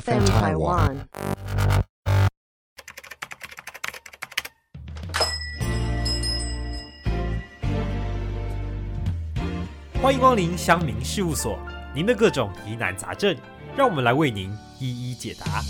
FM Taiwan. 欢迎光临乡民事务所，您的各种疑难杂症，让我们来为您一一解答。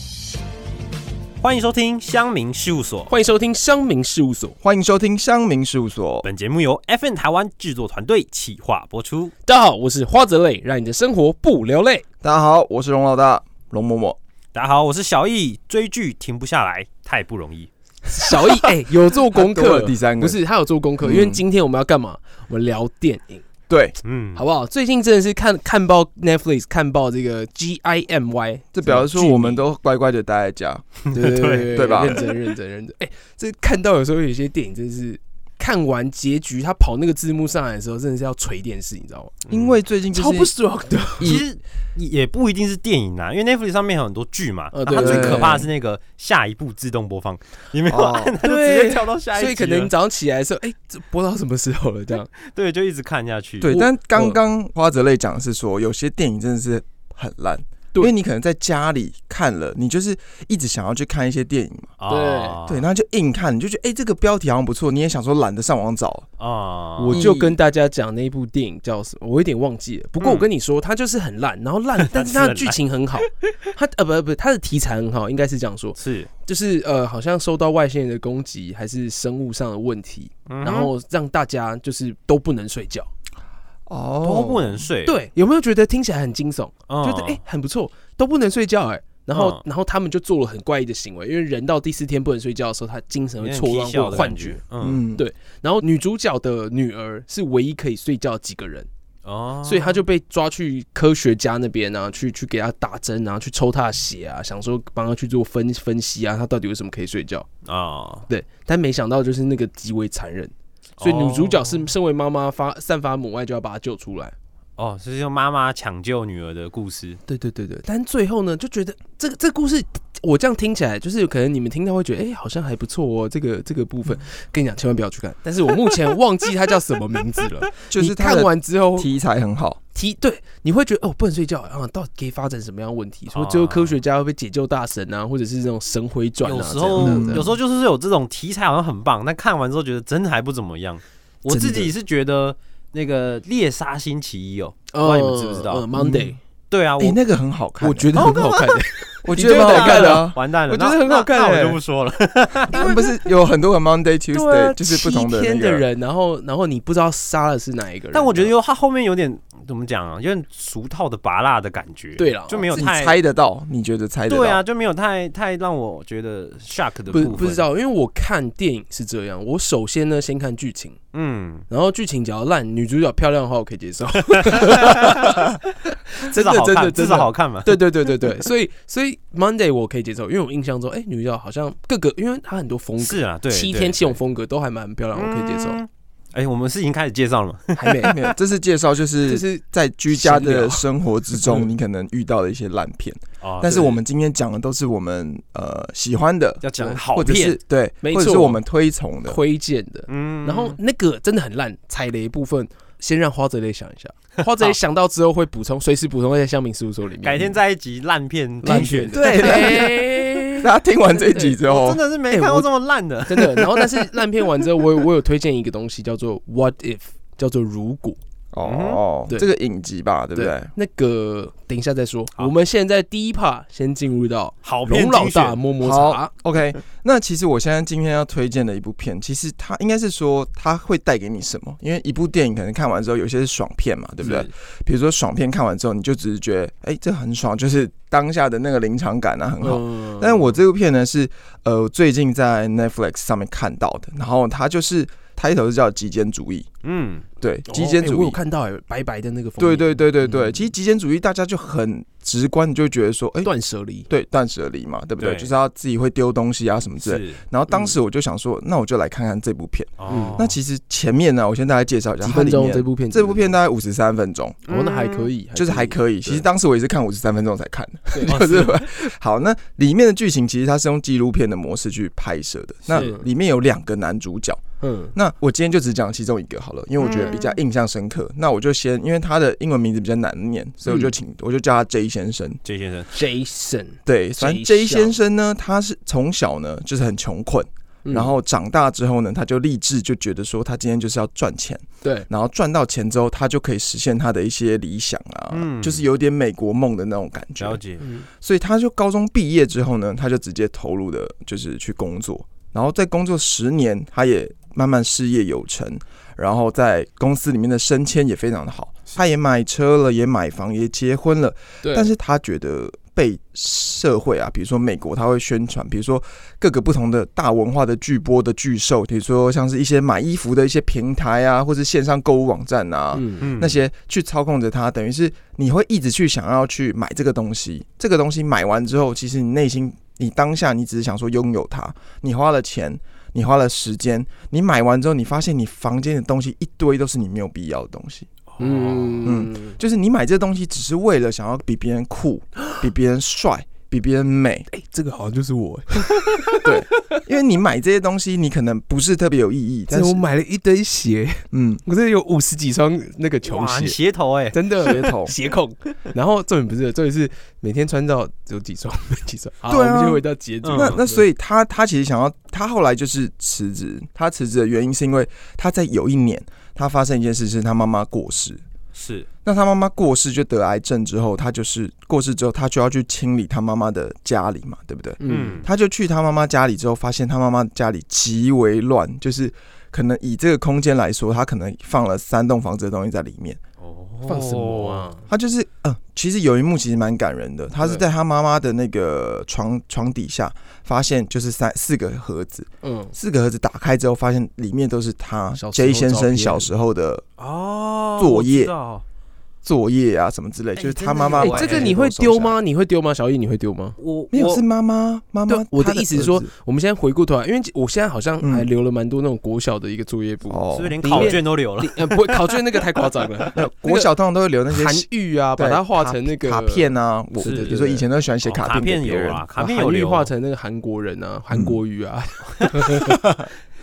欢迎收听乡民事务所，欢迎收听乡民事务所。欢迎收听乡民事务所，本节目由 FN 台湾制作团队企划播出。大家好，我是花泽类，让你的生活不流泪。大家好，我是龙老大龙嬷嬷。大家好，我是小易，追剧停不下来，太不容易。小易，哎、有做功他多课了，第三个不是他有做功课，嗯因为今天我们要干嘛？我们聊电影，对，嗯，好不好？最近真的是看看爆 Netflix，看爆这个 G I M Y，这表示说我们都乖乖的待在家。对对对对对吧认真认真认真。哎、这看到有时候有些电影真的是。看完结局，他跑那个字幕上来的时候，真的是要捶电视，你知道吗？嗯因为最近就超不是爽的。其实也不一定是电影啊，因为 Netflix 上面有很多剧嘛。呃那它对最对可怕的是那个下一步自动播放，你没有哦按， 它就直接对跳到下一集所了以可能你早上起来的时候，哎、这播到什么时候了？这样，对，就一直看下去。对，我但刚刚花泽类讲的是说，有些电影真的是很烂，对因为你可能在家里看了，你就是一直想要去看一些电影嘛，啊对，然后就硬看，你就觉得哎、这个标题好像不错，你也想说懒得上网找，啊，我就跟大家讲那部电影叫什么，我有点忘记了。不过我跟你说，它就是很烂，然后烂，但是它的剧情很好，它呃不不，它的题材很好，应该是这样说，是，就是呃好像受到外星人的攻击，还是生物上的问题，然然后让大家就是都不能睡觉。哦都啊不能睡，对，有没有觉得听起来很惊悚？嗯，觉得哎、很不错，都不能睡觉哎、然后嗯，然后他们就做了很怪异的行为，因为人到第四天不能睡觉的时候，他精神有会点错啼乱笑或的幻感觉觉。，嗯，嗯，对然后女主角的女儿是唯一可以睡觉的几个人。哦，所以他就被抓去科学家那边啊，去去给他打针啊，去抽他的血啊，想说帮他去做分分析啊，他到底为什么可以睡觉？啊，对，但没想到就是那个极为残忍，所以女主角是哦身为妈妈发散发母爱就要把他救出来。哦，是用妈妈抢救女儿的故事，对对对对，但最后呢，就觉得这个这个故事，我这样听起来就是可能你们听到会觉得，哎、好像还不错哦，这个这个部分，跟你讲千万不要去看。但是我目前忘记它叫什么名字 了，就是你他看的完之后题材很好，提对，你会觉得哦，不能睡觉啊，到底可以发展什么样的问题？说最后科学家会被解救大神啊，或者是这种神回转啊，有时这样候这样嗯这样有时候就是有这种题材好像很棒，但看完之后觉得真的还不怎么样。我真的自己是觉得那个猎杀星期一哦，不知道你们知不知道呃呃？Monday，对啊，哎、我那个很好看，嗯我觉得很好 看的，哦我你觉得觉得蛮好看的好啊。完蛋了，我觉得那很好看那那我欸就不 说了。因为不是有很多个 Monday 对 Tuesday，、啊，就是不同七那天个的人，然后然后你不知道杀了是哪一个人，但我觉得有他后面有点怎么讲啊，有点俗套的拔辣的感觉。对啦就没有你太猜得到，你觉得猜得到？对啊，，就没有太太让我觉得 shock 的部不分。不知，道，因为我看电影是这样，我首先呢先看剧情，嗯，然后剧情只要烂，女主角漂亮的话我可以接 受，至 真少的好真的看，至真少的好看嘛。对对对对对， 所以所以 Monday 我可以接受，因为我印象中，哎、女主角好像各个，因为她很多风格，是啊，对，七对天七种风格都还蛮漂亮，我可以接受。。嗯哎，我们是已经开始介绍了 吗？还没，哎没有，这是介绍，就就是是在居家闲聊嗯的生活之中，你可能遇到的一些烂片。哦但是对我们今天讲的都是我们呃喜欢的，要讲好或者是片，对，没或者是错我们推崇的。推荐的。嗯然后那个真的很烂，踩雷部分先让花泽类想一 下，花泽类想到之后会补充，随时补充在香民事务所里面。改天再一集烂片烂精选，对，对大家听完这一集之哦后真，的是没哎看过我这么烂的。 真的。然后但是烂片完之后，我有我有推荐一个东西叫做 What If，叫做如果。哦，对这个影集吧，对不对？？那个等一下再说。好我们现在第一 part 先进入到好片龙老精选大摸摸茶好。，OK。那其实我现在今天要推荐的一部片，其实它应该是说它会带给你什么？因为一部电影可能看完之后，有些是爽片嘛，对不对？比如说爽片看完之后，你就只是觉得，哎、这很爽，就是当下的那个临场感啊，很好。嗯但是我这部片呢是，呃，我最近在 Netflix 上面看到的，然后它就是开头是叫极简主义，嗯，对，哦极简欸主我义，有看到哎，白白的那个封对面，对对对对，嗯其实极简主义大家就很直观，就会觉得说，哎、断舍离。对，断舍离嘛，对不对？对就是他自己会丢东西啊什么之类的。是然后当时我就想说，那我就来看看这部片。嗯哦。那其实前面呢，我先大概介绍一下，几它分里钟面这部片，这部片大概五十三分钟，哦，那还可以，嗯就是还可以。其实当时我也是看五十三分钟才看的， 对哦就是是 好。那里面的剧情其实它是用纪录片的模式去拍摄的。那里面有两个男主角，嗯，那我今天就只讲其中一个好了，因为我觉得比较印象深刻。嗯那我就先，因为他的英文名字比较难念，所以我就请、嗯我就叫他 J 先生。 J 先生， Jason，对，反正 J J 先生呢，他是从小呢就是很穷困，嗯然后长大之后呢，他就立志就觉得说他今天就是要赚钱，对，然后赚到钱之后，他就可以实现他的一些理想啊，嗯就是有点美国梦的那种感觉了。解，嗯所以他就高中毕业之后呢，他就直接投入了就是去工作，然后在工作十年，他也慢慢事业有成，然后在公司里面的升迁也非常的好，他也买车了，也买房，也结婚了，对，但是他觉得被社会啊，比如说美国，他会宣传，比如说各个不同的大文化的巨波的巨兽，比如说像是一些买衣服的一些平台啊，或是线上购物网站啊，嗯嗯那些去操控着它，等于是你会一直去想要去买这个东西。这个东西买完之后，其实你内心，你当下你只是想说拥有它，你花了钱，你花了时间，你买完之后，你发现你房间的东西一堆都是你没有必要的东西。嗯嗯，就是你买这东西只是为了想要比别人酷， 比别人帅。比别人美， 哎，这个好像就是我，因为你买这些东西，你可能不是特别有意义，但但 是是我买了一堆鞋，嗯，我这里有五十几双那个球哇，你鞋，鞋头哎，真的噱头鞋控。然后重点不是，重点是每天穿到只有 几双，没几双。好对啊我们就回到节奏。嗯那那所以以他他其实想要，他后来就是辞职。他辞职的原因是因为他在有一年，他发生一件事，是他妈妈过世。是那他妈妈过世就得癌症之后，他就是过世之后，他就要去清理他妈妈的家里嘛，对不对？嗯嗯，他就去他妈妈家里之后，发现他妈妈家里极为乱，就是可能以这个空间来说，他可能放了三栋房子的东西在里面。哦，放什么？啊？他就是，嗯、其实有一幕其实蛮感人的，他是对在他妈妈的那个床床底下发现就是三四个盒子。嗯，四个盒子打开之后，发现里面都是他小时候 J 先照片生小时候的哦，作我知业道作业啊什么之类，哎就是真他的妈妈哎有玩。，这个你会丢？吗？你会丢吗？小易，你会丢吗？我没有，我是妈妈妈妈对她儿子。我的意思是说我们现在回过头来，因为我现在好像还留了蛮多那种国小的一个作业簿。是不嗯哦是，连里面考卷都留了？你呃，不会考卷那个太夸张了， 那呃国小通常都会留那些韩愈啊，把它画成那个卡片啊，我是比如说以前都喜欢写哦卡片片给别有人。啊，卡把片有哦韩愈留，画成那个韩国人啊，韩国语啊，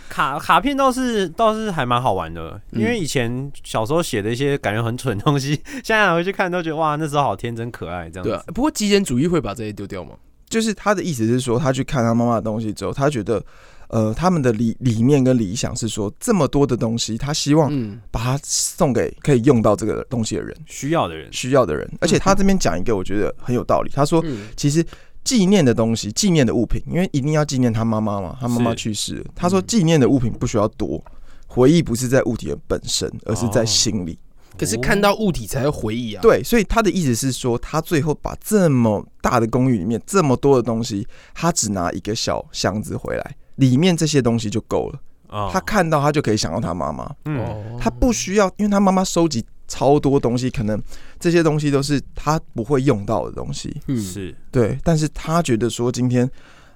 卡卡片倒是倒是还蛮好玩的，嗯因为以前小时候写的一些感觉很蠢的东西， 现在回去看都觉得哇，那时候好天真可爱这样 对子。啊。不过极简主义会把这些丢掉吗？就是他的意思是说，他去看他妈妈的东西之后，他觉得，呃，他们的理理念跟理想是说，这么多的东西，他希望嗯，把它送给可以用到这个东西的人，需要的人需要的人。而且他这边讲一个，我觉得很有道理。他说，嗯其实纪念的东西，纪念的物品，因为一定要纪念他妈妈嘛，他妈妈是去世了。他说，嗯纪念的物品不需要多，回忆不是在物体的本身，而是在心里。可是看到物体才会回忆啊。，对，所以他的意思是说，他最后把这么大的公寓里面这么多的东西，他只拿一个小箱子回来，里面这些东西就够了。啊他看到他就可以想到他妈妈，嗯，哦他不需要，因为他妈妈收集。超多东西，可能这些东西都是他不会用到的东西。嗯是对，但是他觉得说今天，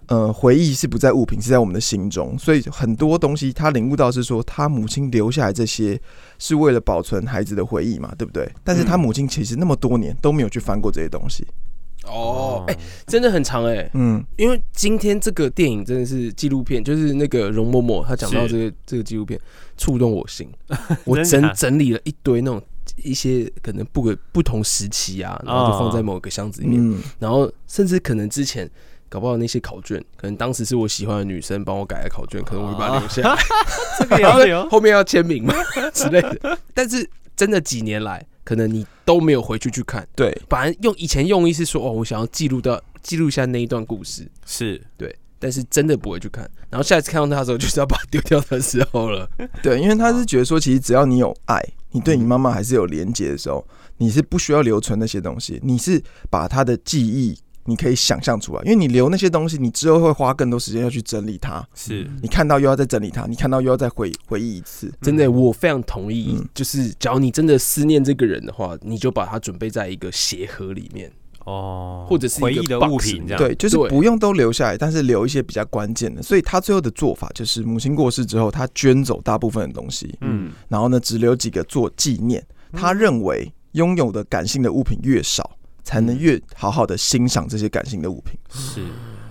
呃，回忆是不在物品，是在我们的心中，所以很多东西他领悟到是说，他母亲留下来这些是为了保存孩子的回忆嘛，对不对？但是他母亲其实那么多年都没有去翻过这些东西，哦，哎，真的很长哎，嗯，因为今天这个电影真的是纪录片，就是那个容嬷嬷她讲到这个这个纪录片触动我 心，我真的整啊整理了一堆那种一些可能不个不同时期啊，然后就放在某个箱子里面，嗯，然后甚至可能之前。搞不好那些考卷，可能当时是我喜欢的女生帮我改的考卷，可能我会把它留下来，这个也然要后哎留呢，后面要签名嘛 之类的。但是真的几年来，可能你都没有回去去看，对，反而用以前用意是说，哦，我想要记录到记录下那一段故事，是但是真的不会去看。然后下一次看到他的时候，就是要把它丢掉的时候了。对，因为他是觉得说，其实只要你有爱，你对你妈妈还是有连结的时候，你是不需要留存那些东西，你是把她的记忆。你可以想象出来，因为你留那些东西，你之后会花更多时间要去整理它。是，嗯你看到又要再整理它，你看到又要再回回忆一次。嗯真的，我非常同意。嗯就是，假如你真的思念这个人的话，你就把它准备在一个鞋盒里面。哦，或者是一个回忆的 box 物品这样，对，就是对不用都留下来，但是留一些比较关键的。所以他最后的做法就是，母亲过世之后，他捐走大部分的东西，嗯，然后呢，只留几个做纪念。他认为拥有的感性的物品越少，才嗯能越好好的欣赏这些感性的物品。是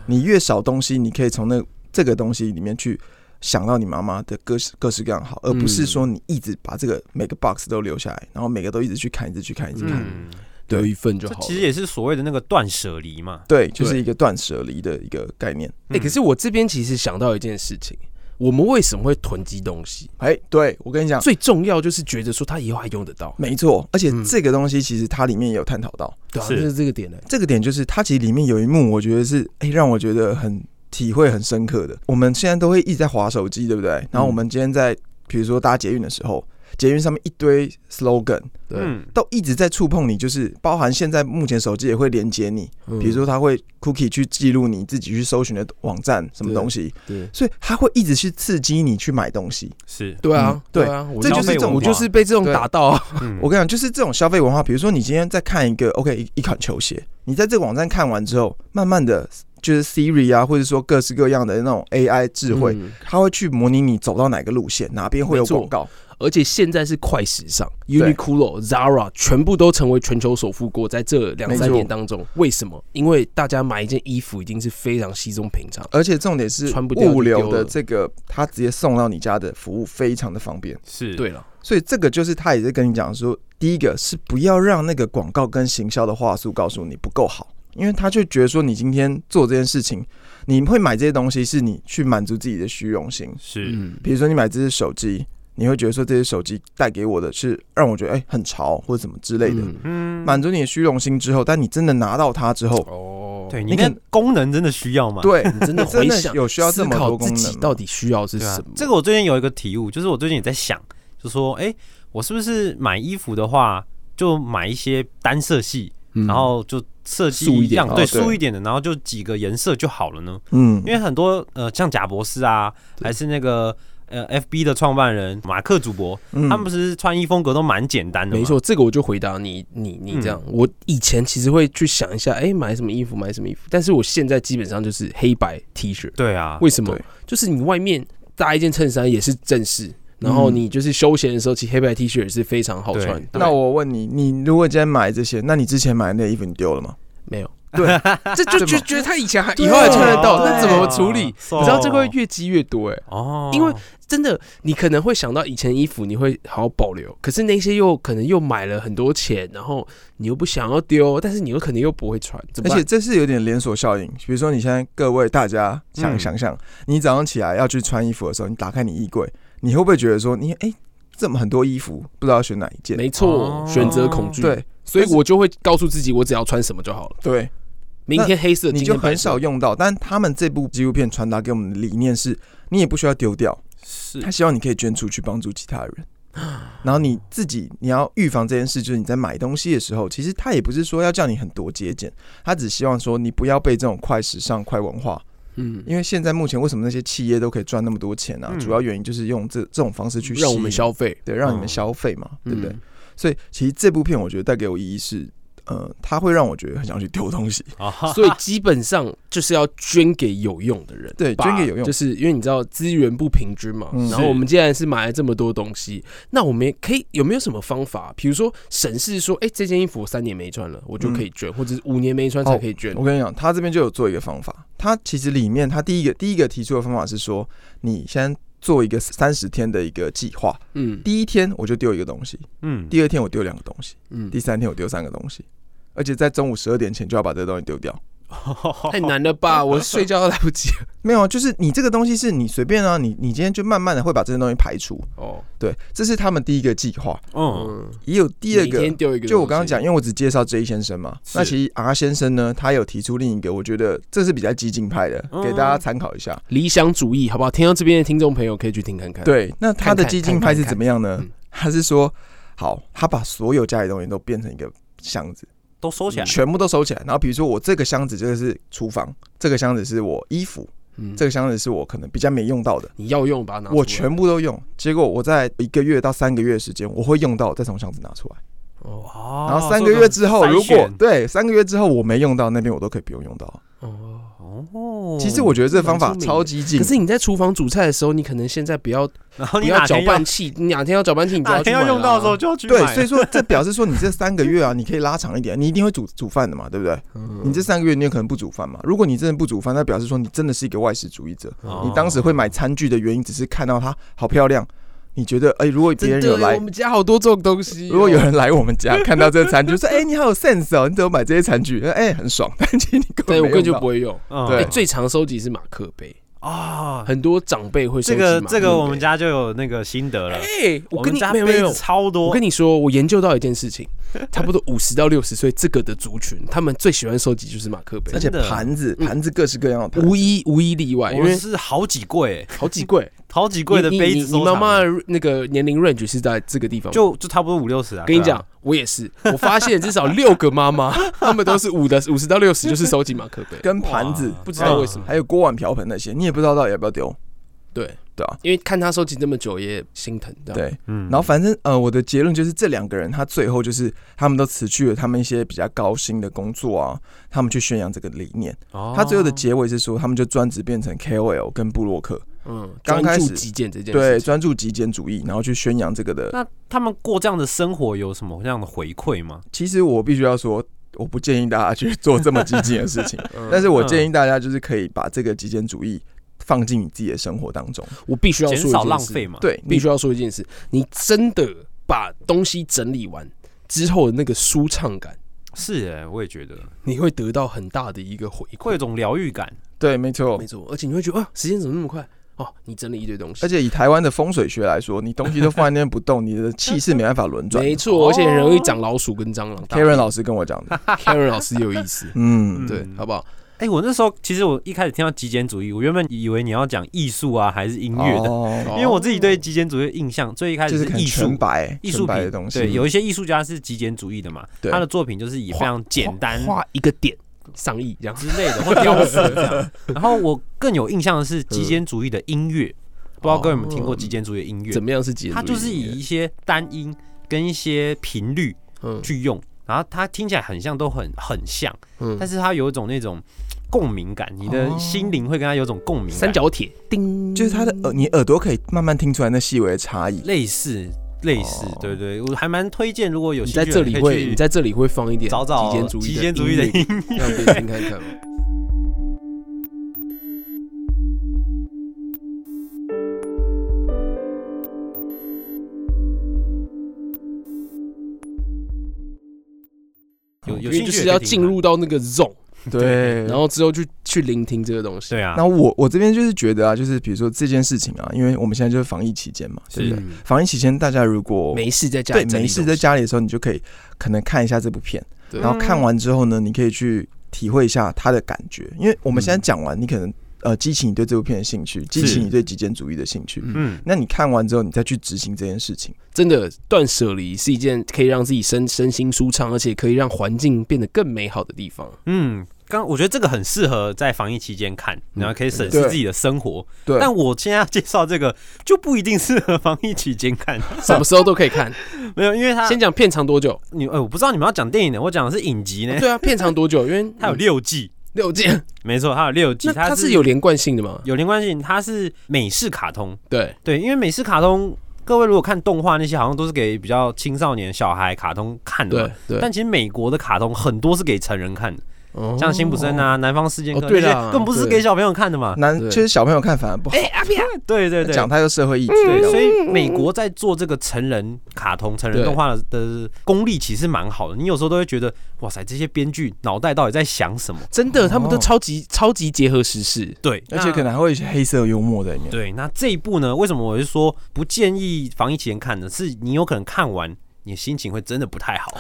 你越少东西，你可以从那这个东西里面去想到你妈妈的各式各式各样好，而嗯不是说你一直把这个每个 box 都留下来，然后每个都一直去看，一直去看，一直看。嗯，留一份就这好了。其实也是所谓的那个断舍离嘛。对，就是一个断舍离的一个概念。哎、可是我这边其实想到一件事情，我们为什么会囤积东西？哎，对我跟你讲，最重要就是觉得说它以后还用得到，没错，而且嗯这个东西其实它里面也有探讨到，对啊，是就是这个点呢、这个点就是它其实里面有一幕，我觉得是哎、让我觉得很体会很深刻的。我们现在都会一直在划手机，对不对？然后嗯我们今天在比如说搭捷运的时候，捷运上面一堆 slogan 对，嗯，都一直在触碰你，就是包含现在目前手机也会连接你，嗯比如说它会 cookie 去记录你自己去搜寻的网站什么东西，对，所以它会一直去刺激你去买东西。是，对啊嗯，对啊，我这就是被这种我就是被这种对打到啊，嗯我跟你讲，就是这种消费文化，比如说你今天在看一个 OK 一一款球鞋，你在这个网站看完之后，慢慢的就是 Siri 啊，或者说各式各样的那种 AI 智慧，嗯它会去模拟你走到哪个路线，哪边会有广告。而且现在是快时尚，Uniqlo、Zara 全部都成为全球首富国，在这两没三错年当中，为什么？因为大家买一件衣服已经是非常稀松平常，而且重点是穿不掉就物流丢了的这个，它直接送到你家的服务非常的方便，是，对了，所以这个就是他也在跟你讲说，第一个是不要让那个广告跟行销的话术告诉你不够好，因为他就觉得说你今天做这件事情，你会买这些东西是你去满足自己的虚荣心，是，嗯，比如说你买这只手机，你会觉得说这只手机带给我的是让我觉得哎、很潮或者什么之类的，嗯嗯，满足你的虚荣心之后，但你真的拿到它之后，哦，对，你你可看功能真的需要嘛？对，你真的 真回的想，有需要这思么考多功自能己吗到底需要是对啊什么？，这个我最近有一个体悟，就是我最近也在想，就说，哎，我是不是买衣服的话，就买一些单色系，嗯，然后就设计素一一点样，哦对，对素一点的，然后就几个颜色就好了呢？嗯因为很多呃，像贾博士啊，对还是那个呃，FB 的创办人马克主播，嗯他们不是穿衣风格都蛮简单的嘛，没错，这个我就回答你，你你这样。嗯我以前其实会去想一下，哎、买什么衣服，买什么衣服。但是我现在基本上就是黑白 T 恤，对啊，为什么对？就是你外面搭一件衬衫也是正式，然后嗯你就是休闲的时候，其实黑白 T 恤也是非常好对穿。那我问你，你如果今天买这些，那你之前买的那个衣服你丢了吗？没有，对， 这就对就嘛觉得他以前还对啊以后还穿得哦到，对哦那怎么处理？你你知道这个会越积越多哎、啊哦，因为真的，你可能会想到以前衣服，你会好好保留，可是那些又可能又买了很多钱，然后你又不想要丢，但是你又可能又不会穿，怎而么办且这是有点连锁效应。比如说，你现在各位大家想嗯想象，你早上起来要去穿衣服的时候，你打开你衣柜，你会不会觉得说你哎、这么很多衣服，不知道选哪一件？没错哦，选择恐惧。，对所以我就会告诉自己，我只要穿什么就好了。对，明天黑色，你今就天白很色少。用到。但他们这部纪录片传达给我们的理念是，你也不需要丢掉，是他希望你可以捐出去帮助其他人。 然后你自己你要预防这件事，就是你在买东西的时候，其实他也不是说要叫你很多节俭，他只希望说你不要被这种快时尚、快文化嗯，因为现在目前为什么那些企业都可以赚那么多钱啊？嗯主要原因就是用这这种方式去让我们吸引消费，对，让你们嗯消费嘛，对不对嗯？？所以其实这部片我觉得带给我意义是，呃，它会让我觉得很想去丢东西。啊，所以基本上就是要捐给有用的人，对把捐给有用就是因为你知道资源不平均嘛。嗯然后我们既然是买了这么多东西，那我们也可以有没有什么方法？比如说审视说，哎，这件衣服我三年没穿了，我就可以嗯捐，或者是五年没穿才可以捐。我跟你讲，他这边就有做一个方法，他其实里面他第一个第一个提出的方法是说，你先做一个三十天的一个计划，嗯第一天我就丢一个东西，嗯，第二天我丢两个东西，嗯第，三天我丢三个东西，而且在中午十二点前就要把这个东西丢掉。太难了吧？哦我睡觉都来不及了。 没有，啊，就是你这个东西是你随便啊，你你今天就慢慢的会把这些东西排除。哦，对，这是他们第一个计划， 嗯，嗯，也有第二 每个天。丢一个，就我刚刚讲，，因为我只介绍 J 先生嘛，是那其实 R 先生呢，他有提出另一个，我觉得这是比较激进派的，嗯给大家参考一下。理想主义，好不好？听到这边的听众朋友可以去听看看。，对，那他的激进派是怎么样呢看看看看？他是说，好，他把所有家里东西都变成一个箱子，都收起来，全部都收起来。然后比如说我这个箱子这个是厨房，这个箱子是我衣服，嗯，这这个箱子是我可能比较没用到的。你要用把它拿出来。我全部都用，结果我在一个月到三个月的时间，我会用到，再从箱子拿出来。哦，哦然后三个月之后，所以如我们筛选果对三个月之后我没用到那边，我都可以不用用到。哦，哦，其实我觉得这方法蛮聪明的超激进可，是你在厨房煮菜的时候，你可能现在不要然后不哦你哪要搅天要拌器，你哪天要搅拌器，你就哪去天要买啊用到的时候啦，就要去对，买所以说这表示说你这三个月啊，你可以拉长一点，你一定会煮煮饭的嘛，对不对？嗯你这三个月你有可能不煮饭嘛？如果你真的不煮饭，那表示说你真的是一个外食主义者。哦你当时会买餐具的原因，只是看到它好漂亮，你觉得哎、如果别真人有的，我来，们家好多这种东西哦。如果有人来我们家看到这 个餐具，说哎、你好有 sense 哦，你怎么买这些餐具？哎、很爽，但其实你根本对我没根本就用不到会用。嗯哎 对，最常收集是马克杯，啊，很多长辈会这收集个马克这个我杯们家就有那个心得了。哎，我跟们你家没有没杯有子，超多，我跟你说，我研究到一件事情，差不多五十到六十岁这个的族群，他们最喜欢收集就是马克杯而，且真的盘子嗯盘子各式各样的盘子，无一无一例啊外，因我为是好几柜，哎好几贵，好几柜的你杯你子你收你藏妈妈的那个年龄 range 是在这个地方吗。就就差不多五六十啊。跟你对啊讲，，我也是，我发现至少六个妈妈， 她们都是五的五十到六十，就是收集马克杯。跟盘子哇不知道为什么还有锅碗瓢盆那些，你也不知道到底要不要丢，对，对啊，因为看她收集这么久也心疼，对吧，对。嗯然后反正呃，我的结论就是这两个人，他最后就是他们都辞去了他们一些比较高薪的工作啊，他们去宣扬这个理念。哦他最后的结尾是说，他们就专职变成 KOL 跟布洛克，嗯，刚开专注始极简这件对，事情，专注极简主义，然后去宣扬这个的。那他们过这样的生活有什么样的回馈吗？其实我必须要说，我不建议大家去做这么激进的事情， 嗯但是我建议大家就是可以把这个极简主义放进你自己的生活当中，嗯我必须要减说一少件浪事费嘛。，对，必你须要说一件事，你真的把东西整理完之后的那个舒畅感，是哎，我也觉得你会得到很大的一个回会有馈一。种疗愈感。对，没错没。错，而且你会觉得，啊，时间怎么那么快？哦，你整理一堆东西而，且以台湾的风水学来说，你东西都放在那边不动，你的气势没办法轮转的。 没哦错，而且很容易长老鼠跟蟑螂。 Karen 老师跟我讲的，，Karen 老师有意思嗯，对，好不好？哎，我那时候其实我一开始听到极简主义，我原本以为你要讲艺术啊，还是音乐的，哦，因为我自己对极简主义的印象最一开就始是可能艺纯术。白艺纯术白品的东西，对，有一些艺术家是极简主义的嘛，对他的作品就是以非常简单画一个点上亿这样。之类的，或雕塑 这样。然后我更有印象的是极简主义的音乐，不知道各位有没有听过极简主义的音乐哦怎？么样是节？它就是以一些单音跟一些频率嗯去用，然后它听起来很像，都很很像，嗯但是它有一种那种共鸣感，你的哦心灵会跟它有种共鸣感，三角铁叮，就是它的耳，你耳朵可以慢慢听出来那细微的差异。类似类似哦，对对，我还蛮推荐，如果有你兴趣在这里可以会去你在这里会放一点找找极简主义极简主义的音乐让别人听看看吗。 有有因为兴趣就是也可以要听进看入到那个 zone，对，然后之后去去聆听这个东西。对啊，那我我这边就是觉得啊，就是比如说这件事情啊，因为我们现在就是防疫期间嘛，对不对？嗯，防疫期间大家如果没事在家对里整理没事在家里的时候，你就可以可能看一下这部片，对然后看完之后呢，你可以去体会一下它的感觉，因为我们现在讲完，你可能呃激起你对这部片的兴趣，激是起你对极简主义的兴趣。嗯嗯，那你看完之后，你再去执行这件事情。真的断舍离是一件可以让自己身身心舒畅，而且可以让环境变得更美好的地方。嗯，刚我觉得这个很适合在防疫期间看，嗯然后可以审视对自己的生活。对，但我现在要介绍这个就不一定适合 防疫期间看，什么时候都可以看。没有，因为它先讲片长多久？你呃，我不知道你们要讲电影的，我讲的是影集呢，对啊，片长多久？因 为它有六季，六件，没错，它有六季，那它是是有连贯性的嘛？有连贯性，它是美式卡通，对，对，因为美式卡通，各位如果看动画那些，好像都是给比较青少年小孩卡通看的对嘛。对。但其实美国的卡通很多是给成人看的，哦像《辛普森》啊，《南方四剑客》哦对那啦些根本不是对哎给小朋友看的嘛。男对其实小朋友看反而不好，啊哎 对对对，讲太多社会议题。对，这所样以美国在做这个成人卡通、成人动画的的功力其实蛮好的。你有时候都会觉得，哇塞，这些编剧脑袋到底在想什么？真的，他们都哦超级超级结合时事。对，而且可能能还会有一些黑色幽默在里面。对。那这一部呢，为什么我是说不建议防疫期间看呢？是你有可能看完，你的心情会真的不太好。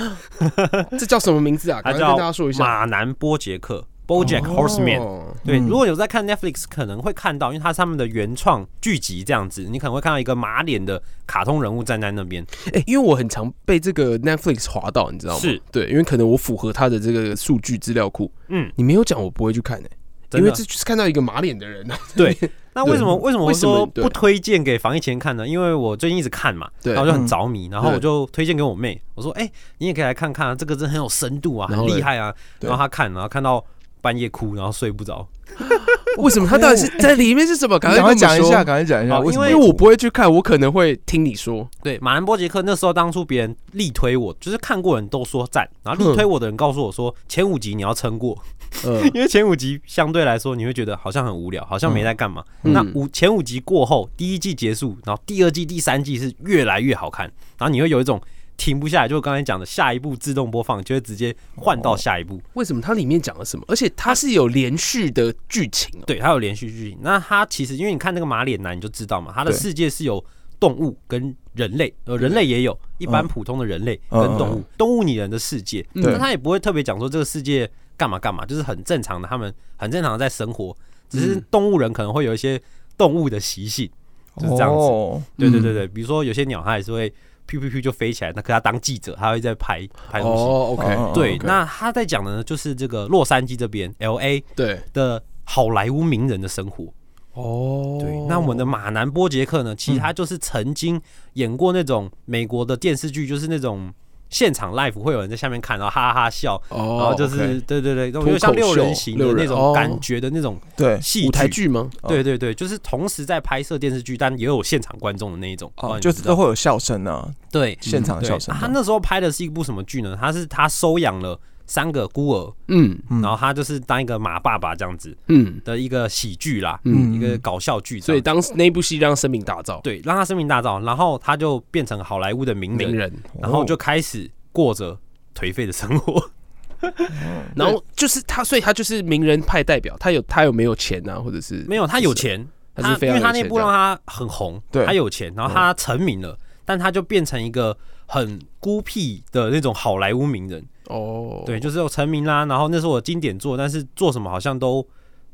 这叫什么名字啊？它赶快叫跟大家说一下。马南波杰克 （BoJack Horseman）。哦对，嗯如果有在看 Netflix，可能会看到，因为它是他们的原创剧集这样子，你可能会看到一个马脸的卡通人物站在那边。哎、因为我很常被这个 Netflix 滑到，你知道吗？是对，因为可能我符合他的这个数据资料库。嗯，你没有讲，我不会去看诶、真因的为这就是看到一个马脸的 人啊。 那为什么对为什么我为什么说对不推荐给防疫前看呢？因为我最近一直看嘛，对然后就很嗯着迷，然后我对就推荐给我妹，我说：“哎、你也可以来看看啊，这个真的很有深度啊，然后很嘞厉害啊。”对然后她看，然后看到半夜哭，然后睡不着。为什么他到哦底是在里面是什么？赶赶快快跟我讲们一说下，，赶快讲一下，好为什因么为我不会去看，我可能会听你说。对，马兰波杰克那时候当初别人力推我，就是看过人都说赞，然后力推我的人告诉我说，前五集你要撑过， 呃，因为前五集相对来说你会觉得好像很无聊，好像没在干嘛。嗯那五前五集过后，第一季结束，然后第二季、第三季是越来越好看，然后你会有一种停不下来，就刚才讲的下一步自动播放，就会直接换到下一步。为什么它里面讲了什么？而且它是有连续的剧情哦。对，它有连续剧情。那它其实因为你看那个马脸男，你就知道嘛，它的对世界是有动物跟人类，呃，人类也有一般嗯普通的人类嗯跟动物，动物拟人的世界。嗯但他也不会特别讲说这个世界干嘛干嘛，就是很正常的，他们很正常的在生活，只是嗯动物人可能会有一些动物的习性，就是这样子。哦对对嗯对对，比如说有些鸟它也是会噗噗噗就飞起来，那可它当记者，它会在拍拍东西。哦，OK，哦对 OK 那他在讲的呢，就是这个洛杉矶这边 L A 对，的好莱坞名人的生活。哦，对，那我们的马南波杰克呢，其实他就是曾经演过那种美国的电视剧，就是那种现场 live 会有人在下面看，然后哈哈哈笑，哦，然后就是、 OK 对对对，那脱种口就像六人秀行六的人那哦种感觉的那种对，戏舞台，剧哦吗？对对对，就是同时在拍摄电视剧，但也有现场观众的那一种，不知道哦，你就是知道都会有笑声啊，对现场对笑声啊啊。他那时候拍的是一部什么剧呢？他是他收养了三个孤儿，嗯嗯然后他就是当一个马爸爸这样子嗯的一个喜剧啦，嗯，一个搞笑剧这样子，所以当时那部戏让生命打造对，让他声名大噪，然后他就变成好莱坞的名人，名人，然后就开始过着颓废的生哦活。然后就是他，所以他就是名人派代表，他有他有没有钱啊，或者是 没有，他有，钱，他他是非因常为有他钱那部让他很红，对他有钱，然后他成名了，但他就变成一个很孤僻的那种好莱坞名人。这样哦，对，就是有成名啦，然后那是我经典作，但是做什么好像都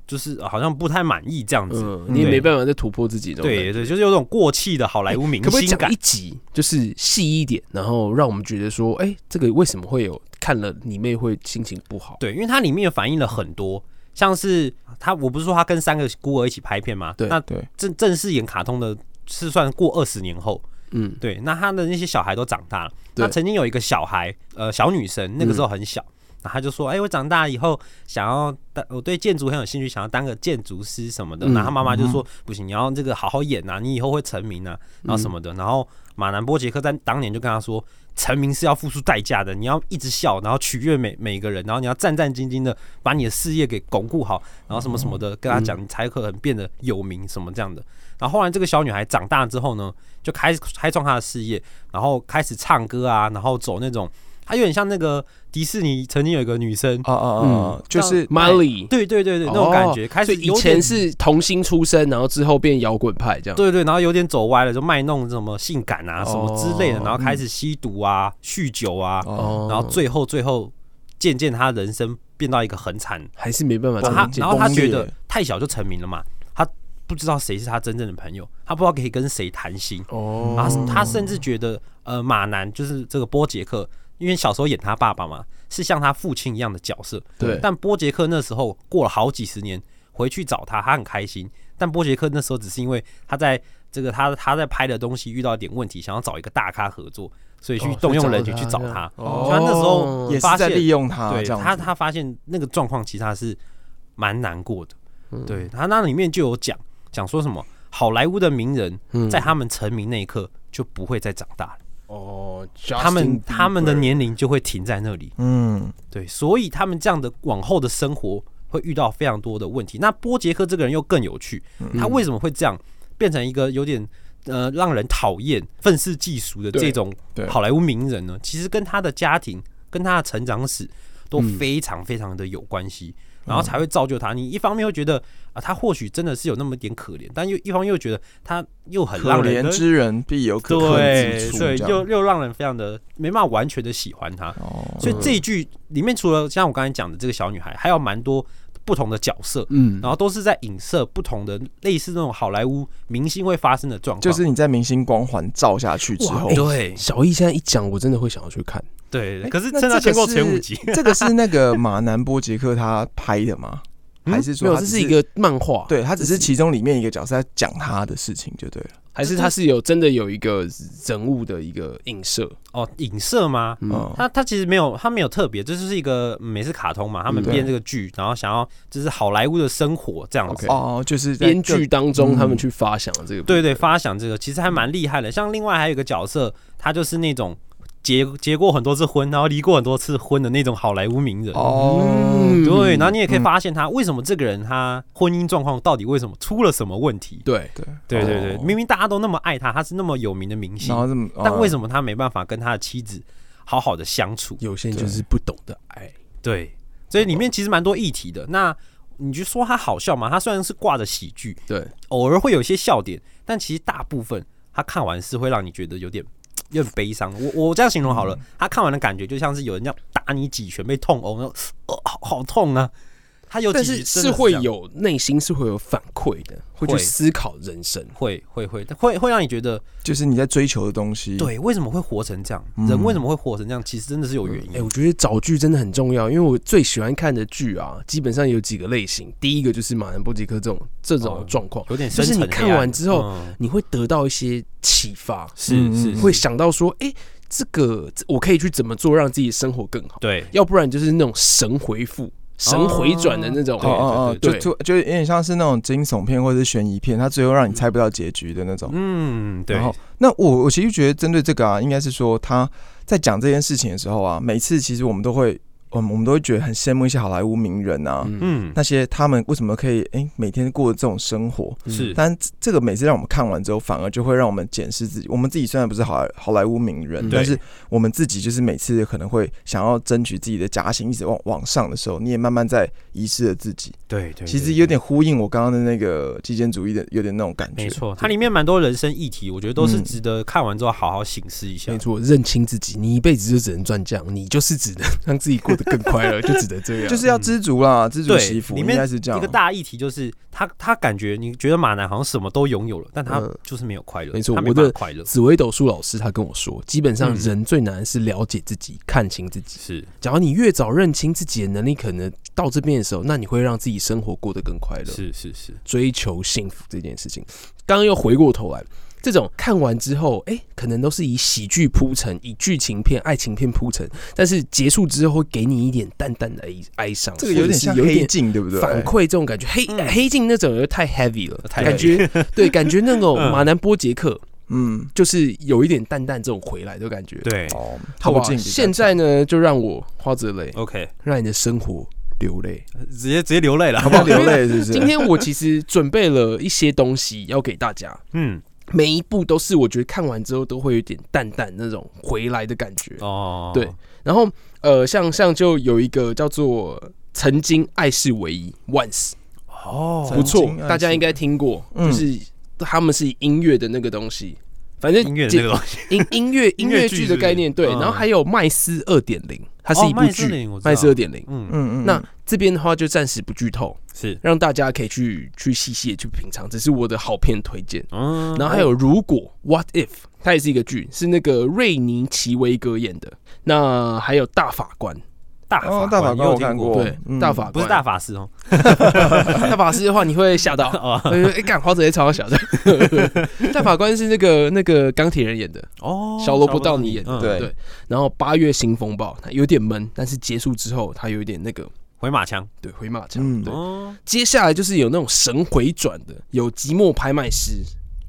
就是呃好像不太满意这样子。嗯，你也对没办法再突破自己，对。对，就是有种过气的好莱坞明可不可以星讲感一。集，就是细一点，然后让我们觉得说，哎、这个为什么会有看了你妹会心情不好？对，因为它里面反映了很多，像是他，我不是说他跟三个孤儿一起拍片吗？对那对正正式演卡通的是算过二十年后，嗯，对，那他的那些小孩都长大了。对嗯那曾经有一个小孩，呃，小女生，那个时候很小，然后她就说：“哎、我长大以后想要当，我对建筑很有兴趣，想要当个建筑师什么的。嗯嗯然后她妈妈就说：“不行，你要这个好好演啊，你以后会成名啊，然后什么的。然后马南波杰克在当年就跟她说：“成名是要付出代价的，你要一直笑，然后取悦每每个人，然后你要战战兢兢的把你的事业给巩固好，然后什么什么嗯的，跟她讲，你才可能变得有名什么这样的。”然后后来这个小女孩长大之后呢，就开始开创她的事业，然后开始唱歌啊，然后走那种，她有点像那个迪士尼曾经有一个女生，啊啊啊啊，就是那 Molly，对对对对，那种感觉，哦开始所以以有点前是童星出身，然后之后变摇滚派这样。对对，然后有点走歪了，就卖弄什么性感啊什么之类的，哦然后开始吸毒啊、酗酒啊，哦，然后最后最后渐渐她人生变到一个很惨，还是没办法然后她长见然后她崩裂觉得太小就成名了嘛，她不知道谁是她真正的朋友，她不知道可以跟谁谈心。哦然后他甚至觉得，呃，马南就是这个波杰克，因为小时候演他爸爸嘛，是像他父亲一样的角色。啊对但波杰克那时候过了好几十年，回去找他，他很开心。但波杰克那时候只是因为他在这个他他在拍的东西遇到一点问题，想要找一个大咖合作，所以去动用人群去找他。哦所以他那时候哦也发是在现利用他对啊这样子，他他发现那个状况其实他是蛮难过的。对他那里面就有讲讲说什么好莱坞的名人嗯在他们成名那一刻就不会再长大了，哦，他们他们的年龄就会停在那里。嗯，对，所以他们这样的往后的生活会遇到非常多的问题。那波杰克这个人又更有趣，嗯他为什么会这样变成一个有点呃让人讨厌、愤世嫉俗的这种对对好莱坞名人呢？其实跟他的家庭、跟他的成长史都嗯非常非常的有关系。然后才会造就他。你一方面会觉得啊，他或许真的是有那么点可怜，但又一方面又觉得他又很可让人怜之人必有可恨对之处，对，这样又又让人非常的没办法完全的喜欢他。哦，所以这一句里面，除了像我刚才讲的这个小女孩，还有蛮多不同的角色，嗯然后都是在影射不同的类似那种好莱坞明星会发生的状况。就是你在明星光环照下去之后哇，对小易现在一讲，我真的会想要去看。对，哎可是那趁他 这先个过是前五集，这个是那个马南波杰克他拍的吗？嗯还是没说有，它这只是一个漫画，，对他只是其中里面一个角色在讲他的事情就对了。还是它是有真的有一个人物的一个映射，哦，影射吗？嗯，它它其实没有，它没有特别，这就是一个嗯美式卡通嘛，他嗯们对编这个剧，然后想要就是好莱坞的生活这样子。 OK 哦，就是在编剧当中嗯他们去发想的这个，对对，，发想这个其实还蛮厉害的。像另外还有一个角色，他就是那种结结过很多次婚，然后离过很多次婚的那种好莱坞名人。哦，对，然后你也可以嗯发现他为什么这个人他婚姻状况到底为什么出了什么问题？对，对对对对，哦明明大家都那么爱他，他是那么有名的明星哦然，后这么，哦但为么什么他没办法跟他的妻子好好的相处？有些人对就是不懂得爱，对，所以里面其实蛮多议题的。那你就说他好笑嘛？他虽然是挂着喜剧，对，偶尔会有一些笑点，但其实大部分他看完是会让你觉得有点有点悲伤。我我这样形容好了，他看完的感觉就像是有人这样打你几拳被痛殴，然后哦好好痛啊！他有但几集是真是的会这样有内心是会有反馈的，会去会思考人生，会会会会会让你觉得就是你在追求的东西，，对，为什么会活成这样？嗯人为什么会活成这样？其实真的是有原因哎、。我觉得找剧真的很重要，因为我最喜欢看的剧啊，基本上有几个类型。第一个就是马兰波吉克这种这种哦状况，有点就深是沉你黑暗，看完之后嗯你会得到一些启发，是是嗯是会想到说，哎、这个这我可以去怎么做让自己生活更好？对要不然就是那种神回复、神回转的那种。哦哦哦，就对对就就有点像是那种惊悚片或者是悬疑片，它最后让你猜不到结局的那种。嗯对然后，那我我其实觉得针对这个啊，应该是说他在讲这件事情的时候啊，每次其实我们都会，嗯，我们都会觉得很羡慕一些好莱坞名人啊，嗯，嗯那些他们为什么可以诶、每天过这种生活？是嗯但这这个每次让我们看完之后，反而就会让我们检视自己。我们自己虽然不是好莱好莱坞名人嗯，但对是我们自己就是每次可能会想要争取自己的加薪，一直往往上的时候，你也慢慢在遗失了自己。对对，其实对有点呼应我刚刚的那个极简主义的，有点那种感觉。没错，它里面蛮多人生议题，我觉得都是嗯值得看完之后好好醒思一下没。错，认清自己，你一辈子就只能赚这样，你就是只能让自己过得更快乐，就只能这样。就是要知足啦，知足对惜福，里应面该是这样。一个大议题就是他，他感觉你觉得马男好像什么都拥有了，但他嗯就是没有快乐，没错他没我的办法快乐紫薇斗数老师他跟我说，基本上嗯人最难是了解自己、看清自己。是假如你越早认清自己的能力，可能到这边的时候，那你会让自己生活过得更快乐，是是是，追求幸福这件事情。刚刚又回过头来，这种看完之后，哎、可能都是以喜剧铺陈，以剧情片、爱情片铺陈，但是结束之后会给你一点淡淡的哀哀伤，这个有或者点是像有一黑点镜，对不对？反馈这种感觉。黑、嗯黑镜那种又太 heavy 了，太感觉 对，感觉那 种马南波杰克。嗯，就是有一点淡淡这种回来的感觉。，对哦，好不后好劲比较现在呢，就让我花泽类， ，OK，让你的生活流泪。直接直接流泪了，好不好流泪是不是？ 今天我其实准备了一些东西要给大家，嗯，每一部都是我觉得看完之后都会有点淡淡那种回来的感觉。哦，对然后呃，像像就有一个叫做《曾经爱是唯一》（Once），哦，曾不错经爱，是大家应该听过，嗯就是他们是以音乐的那个东西。反正音乐的简那个东西，音音乐音乐乐剧剧是不的是概念，对。嗯然后还有麦斯二点零，它是一部剧，哦麦麦斯斯二2.0点零。嗯，嗯嗯，那这边的话就暂时不剧透，是，让大家可以去去细细的去品尝，这是我的好片推荐。嗯，然后还有如果 What If，它也是一个剧，是那个瑞尼奇维格演的。那还有大法官，大哦，大法你官有我听看过，对，嗯大法官不是大法师哦， 大法师的话，你会吓到， 哦哎，诶干花泽类超小 的。大法官是那个那个钢铁人演的，哦，小萝卜到你眼嗯对对然后八月新风暴，它有点闷，但是结束之后它有一点那个回马枪，对回马枪。嗯对，哦接下来就是有那种神回转的，有《寂寞拍卖师》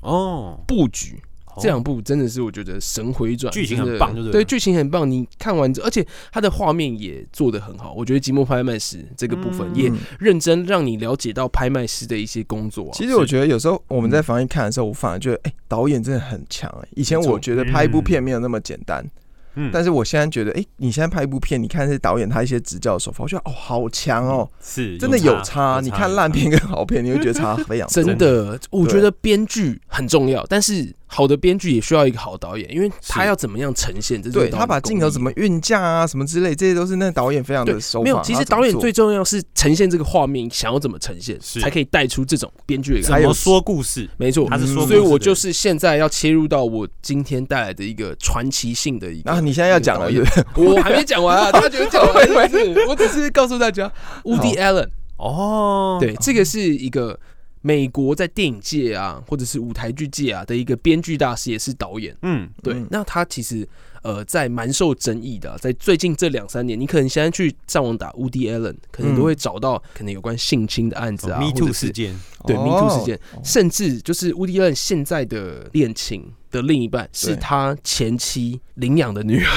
哦，布局。哦这两部真的是我觉得神回转，剧情真很的棒就对了对剧情很棒。你看完之，而且它的画面也做得很好，我觉得《寂寞拍卖师》这个部分嗯也嗯认真让你了解到拍卖师的一些工作、啊。其实我觉得有时候我们在防疫看的时候，我反而觉得，哎、导演真的很强、哎，以前嗯没错嗯我觉得拍一部片没有那么简单，嗯但是我现在觉得，哎、你现在拍一部片，你看是导演他一些执教的手法，我觉得哦，好强哦，嗯是真的有差。有你看烂，片跟好片，你会觉得 差非常多。真真的，我觉得编剧很重要，但是好的编剧也需要一个好导演，因为他是要怎么样呈现，这就是对导演他把功镜头力怎么运架啊，什么之类，这些都是那导演非常对的手法。没有。其他实怎么导演做最重要是呈现这个画面，想要怎么呈现，是才可以带出这种编剧的怎感觉。么说故事？没错，他是说故事所以的，我就是现在要切入到我今天带来的一个传奇性的一个。啊，你现在要讲了，一对个不对？ 我还没讲完啊，大家觉得讲完了是不是？我只是告诉大家，Woody Allen 哦哦，对，这个是一个美国在电影界啊，或者是舞台剧界啊的一个编剧大师，也是导演。嗯，对嗯，那他其实呃，在蛮受争议的啊、在最近这两三年，你可能现在去上网打 Woody Allen，可能嗯都会找到可能有关性侵的案子哦啊 Me 或者 Too 是事件，对 Me Too 事件哦，甚至就是乌迪伦现在的恋情的另一半是对他前妻领养的女儿，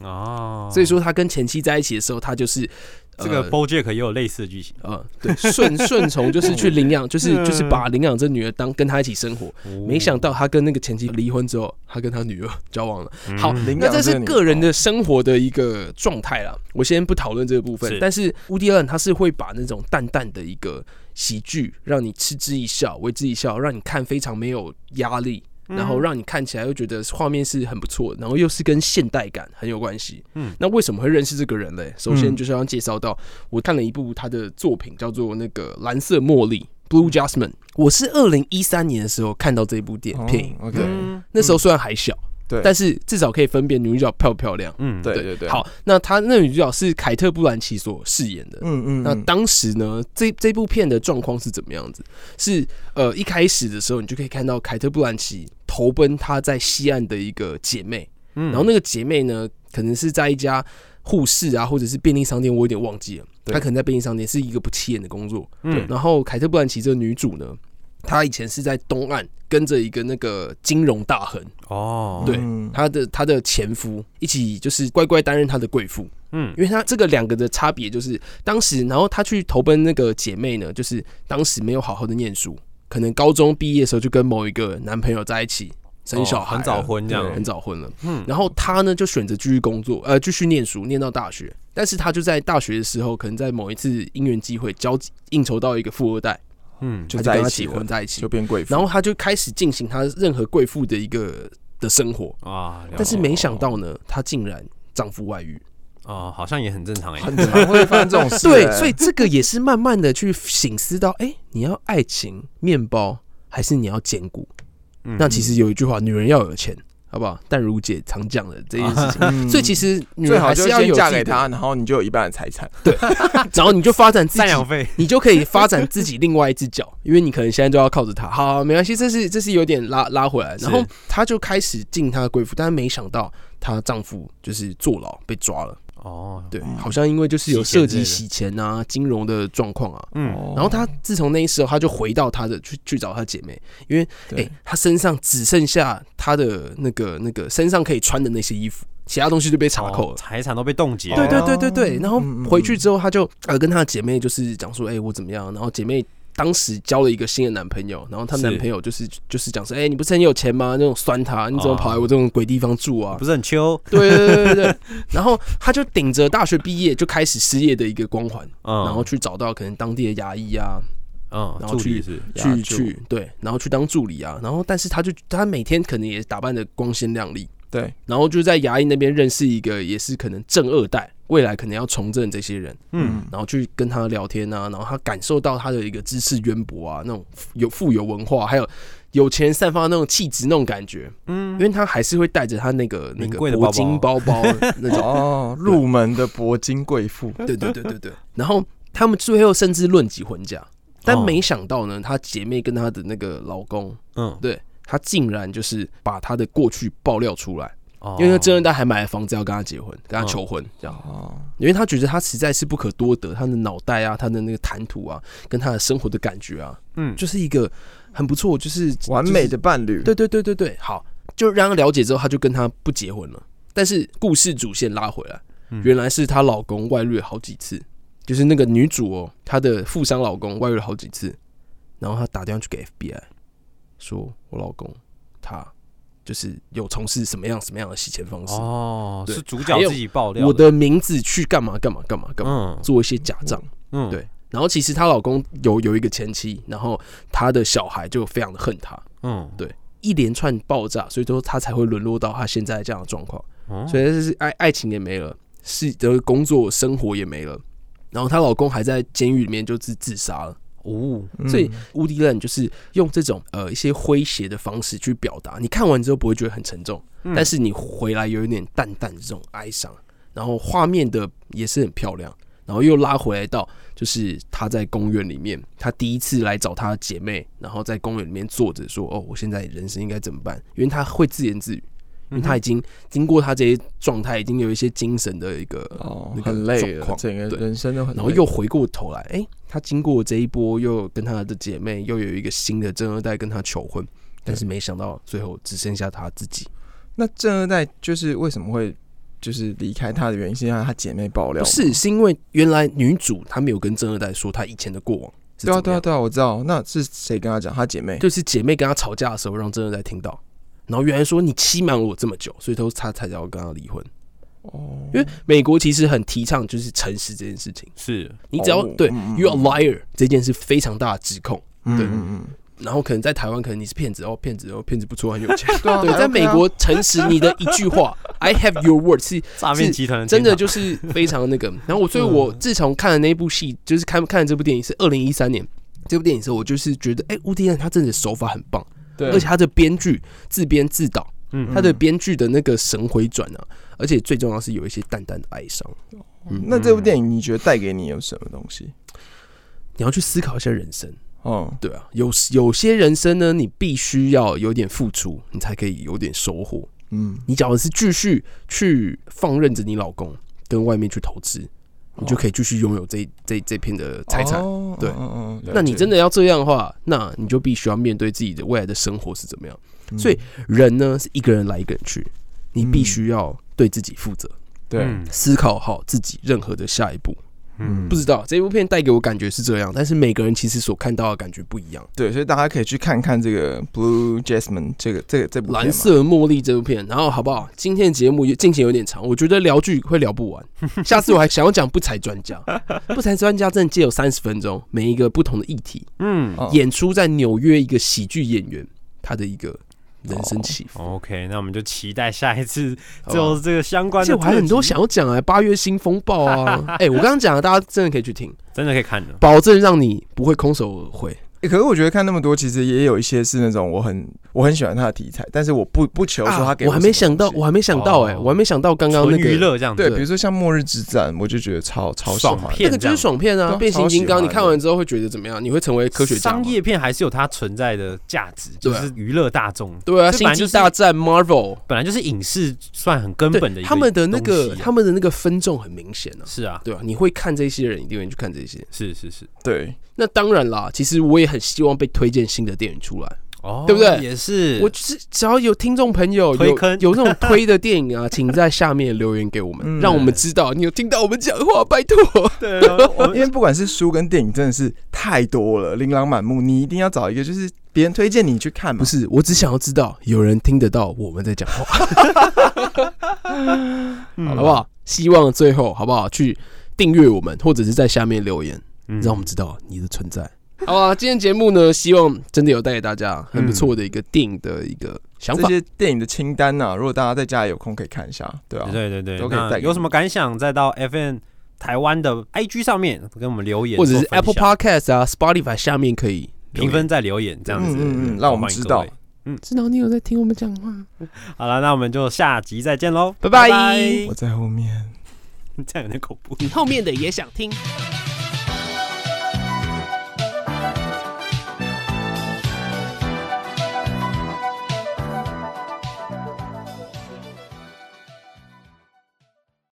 哦，所以说他跟前妻在一起的时候，他就是这个呃 BoJack 也有类似的剧情，呃，对，顺顺从就是去 领养，就是嗯就是把领养这女儿当跟他一起生活。哦没想到他跟那个前妻离婚之后，他跟他女儿交往了。嗯好领那养这是个女个人的生活的一个状态啦。我先不讨论这个部分，是但是乌迪伦他是会把那种淡淡的一个喜剧，让你嗤之以笑，为之一笑，让你看非常没有压力，嗯然后让你看起来又觉得画面是很不错的，然后又是跟现代感很有关系。嗯嗯，那为什么会认识这个人嘞？首先嗯就是要介绍到，我看了一部他的作品，叫做那个《蓝色茉莉》（Blue Jasmine）。我是二零一三年的时候看到这部电哦电影， OK，嗯那时候虽然还小，对但是至少可以分辨女主角漂不漂亮。嗯，对对对，，好，那她那女主角是凯特·布兰奇所饰演的。嗯嗯，那嗯当时呢，这这部片的状况是怎么样子？是呃，一开始的时候，你就可以看到凯特·布兰奇投奔她在西岸的一个姐妹，嗯然后那个姐妹呢，可能是在一家护士啊，或者是便利商店，我有点忘记了。对她可能在便利商店是一个不起眼的工作。嗯然后凯特·布兰奇这个女主呢，她以前是在东岸跟着一个那个金融大亨，哦，对嗯她的她的前夫一起就是乖乖担任她的贵妇，嗯因为她这个两个的差别就是当时，然后她去投奔那个姐妹呢，就是当时没有好好的念书，可能高中毕业的时候就跟某一个男朋友在一起生小哦孩了、很早婚这样对很早婚了。嗯然后她呢就选择继续工作，呃，继续念书，念到大学。但是她就在大学的时候，可能在某一次因缘机会交应酬到一个富二代，嗯就她在跟一他起结了婚，在一起就，变贵妇，然后她就开始进行她任何贵妇的一个的生活。啊，了但是解没想到呢，她竟然丈夫外遇。哦，好像也很正常哎，很常会发生这种事，对，哎所以这个也是慢慢的去醒思到，哎、你要爱情、面包，还是你要兼顾？嗯那其实有一句话，女人要有钱，好不好？但如姐常讲的这件 事情。嗯所以其实女最人好还就是要先有嫁自己给的，他，然后你就有一半的财产，然后你就发展自赡己，养费，你就可以发展自己另外一只脚，因为你可能现在就要靠着他。好，没关系，这是这是有点拉拉回来。然后是她就开始进她的贵妇，但是没想到她丈夫就是坐牢被抓了。哦，对，嗯好像因为就是有洗钱涉之类及的洗钱啊、金融的状况啊。嗯，然后她自从那一时候，她就回到她的去去找她姐妹，因为哎、对她身上只剩下她的那个那个身上可以穿的那些衣服，其他东西就被查扣哦了。财产都被冻结了，对对对对对。哦然后嗯嗯回去之后，她就呃跟她的姐妹就是讲说，哎、我怎么样？然后姐妹。当时交了一个新的男朋友，然后她是男朋友就是就是讲说，哎、你不是很有钱吗？那种酸她，你怎么跑来我这种鬼地方 住啊？哦不是很秋，对对对对对。 然后他就顶着大学毕业就开始失业的一个光环，嗯，然后去找到可能当地的牙医啊，嗯，然助理后去是去牙助去对，然后去当助理啊。然后但是他就他每天可能也打扮的光鲜亮丽，对，然后就在牙医那边认识一个也是可能正二代，未来可能要从政这些人，嗯，然后去跟他聊天啊，然后他感受到他的一个知识渊博啊，那种有富有文化，还有有钱人散发的那种气质那种感觉，嗯，因为他还是会带着他那个那名个贵的铂包金包包 那种。哦，入门的铂金贵妇，对对对对对。然后他们最后甚至论及婚嫁，但哦没想到呢，她姐妹跟她的那个老公，嗯，对她竟然就是把她的过去爆料出来，哦因为那真二代还买了房子要跟她结婚，跟她哦求婚这样，哦，因为她觉得她实在是不可多得，她的脑袋啊，她的那个谈吐啊，跟她的生活的感觉啊，嗯就是一个很不错，就是完美的伴侣，对对对对对，好，就让她了解之后，她就跟她不结婚了。但是故事主线拉回来，嗯原来是她老公外遇了好几次，就是那个女主哦，她的富商老公外遇了好几次，然后她打电话去给 FBI，说我老公他就是有从事什么样什么样的洗钱方式，哦，对是主角还有自己爆料，我的名字去干嘛干嘛干嘛干嘛，嗯做一些假账。嗯对然后其实她老公有有一个前妻，然后她的小孩就非常的恨她，嗯对一连串爆炸，所以说她才会沦落到她现在这样的状况。哦所以就是爱爱情也没了，是的工作生活也没了，然后她老公还在监狱里面就是自杀了。哦嗯所以乌迪伦就是用这种呃一些诙谐的方式去表达，你看完之后不会觉得很沉重，嗯但是你回来有一点淡淡的这种哀伤，然后画面的也是很漂亮，然后又拉回来到就是他在公园里面，他第一次来找他的姐妹，然后在公园里面坐着说：“哦，我现在人生应该怎么办？”因为他会自言自语，因为他已经经过他这些状态，已经有一些精神的一个哦那，个很累状了，况整个对人生都很累，然后又回过头来，哎、他经过这一波，又跟他的姐妹又有一个新的正二代跟他求婚，但是没想到最后只剩下他自己。那正二代就是为什么会就是离开他的原因，是因为他姐妹爆料不吗，是，是因为原来女主她没有跟正二代说她以前的过往是怎对么啊样，对啊对啊，我知道，那是谁跟他讲？他姐妹，就是姐妹跟她吵架的时候让正二代听到，然后原来说你欺瞒了我这么久，所以都他才要跟她离婚。哦，因为美国其实很提倡就是诚实这件事情，是你只要、哦对嗯嗯 you are liar 这件事非常大的指控。嗯对嗯然后可能在台湾，可能你是骗子哦，骗子哦，骗子不错，很有钱。 嗯，对啊，对，还在 OK 美啊国，诚实你的一 句话，I have your word，是诈骗集团的真的天就是非常那个。然后我，所以我嗯自从看了那部戏，就是看看了这部电影是二零一三年这部电影的时候，我就是觉得，哎、乌迪安他真的手法很棒，对，而且他的编剧自编自导，嗯他的编剧的那个神回转啊，而且最重要是有一些淡淡的哀伤。那这部嗯电影你觉得带给你有什么东西？你要去思考一下人生，哦，对啊，有有些人生呢，你必须要有点付出，你才可以有点收获。嗯，你假如是继续去放任着你老公跟外面去投资，你就可以继续拥有这这这片的财产。哦对嗯嗯嗯那你真的，的要这样的话，那你就必须要面对自己的未来的生活是怎么样。所以人呢是一个人来一个人去，你必须要对自己负责，对，嗯思考好自己任何的下一步。嗯不知道这部片带给我感觉是这样，但是每个人其实所看到的感觉不一样。对，所以大家可以去看看这个《Blue Jasmine》这个这个这部片嘛蓝色茉莉这部片，然后好不好？今天的节目也进行有点长，我觉得聊剧会聊不 完。下次我还想要讲不才专家，不才专家真的借有三十分钟，每一个不同的议题，嗯哦演出在纽约一个喜剧演员他的一个人生起哦伏。 ，OK，那我们就期待下一次好不好就这个相而关且的特辑，我还很多想要讲啊，八月新风暴 啊，哎、我刚刚讲了，大家真的可以去听，真的可以看的，保证让你不会空手而回。欸可是我觉得看那么多，其实也有一些是那种我很我很喜欢他的题材，但是我不不求说他给啊我还没什么想到，东西我还没想到、哎，哦我还没想到刚刚那纯个娱乐这样子，对，对比如说像《末日之战》，我就觉得超超喜爽欢。片那个就是爽片对啊，啊变形超喜金刚，你欢看的完之后会觉得怎么样？你会成为科学家吗商业片还是有它存在的价值，就对啊是娱乐大众，对啊，这星本来际就是大战 Marvel，本来就是影视算很根对本的一个他们的那个东西啊他们的那个分众很明显啊，是啊，对啊，你会看这些人，一定会去看这些。是是是，对，那当然啦，其实我也很希望被推荐新的电影出来。哦，对不对也是，我就是只要有听众朋友有推坑 有那种推的电影啊，请在下面留言给我们，嗯让我们知道你有听到我们讲话，拜托。对 啊，我因为不管是书跟电影，真的是太多了，琳琅满目。你一定要找一个，就是别人推荐你去看嘛。不，是，我只想要知道有人听得到我们在讲话， 嗯好不好？希望最后好不好去订阅我们，或者是在下面留言。嗯让我们知道你的存在。好啊，今天节目呢，希望真的有带给大家很不错的一个电影的一个想这法。些电影的清单啊呐、如果大家在家里有空可以看一下，对啊，对对对，都可以带那给有你什么感想，再到 FN 台湾的 IG 上面跟我们留言，或者是 Apple Park Podcast 啊、Spotify 下面可以评分再留言这样子，嗯嗯嗯让我们欢迎知各道位。嗯知道你有在听我们讲话。好了，那我们就下集再见喽，拜拜我在后面。 这样有点恐怖。你后面的也想听。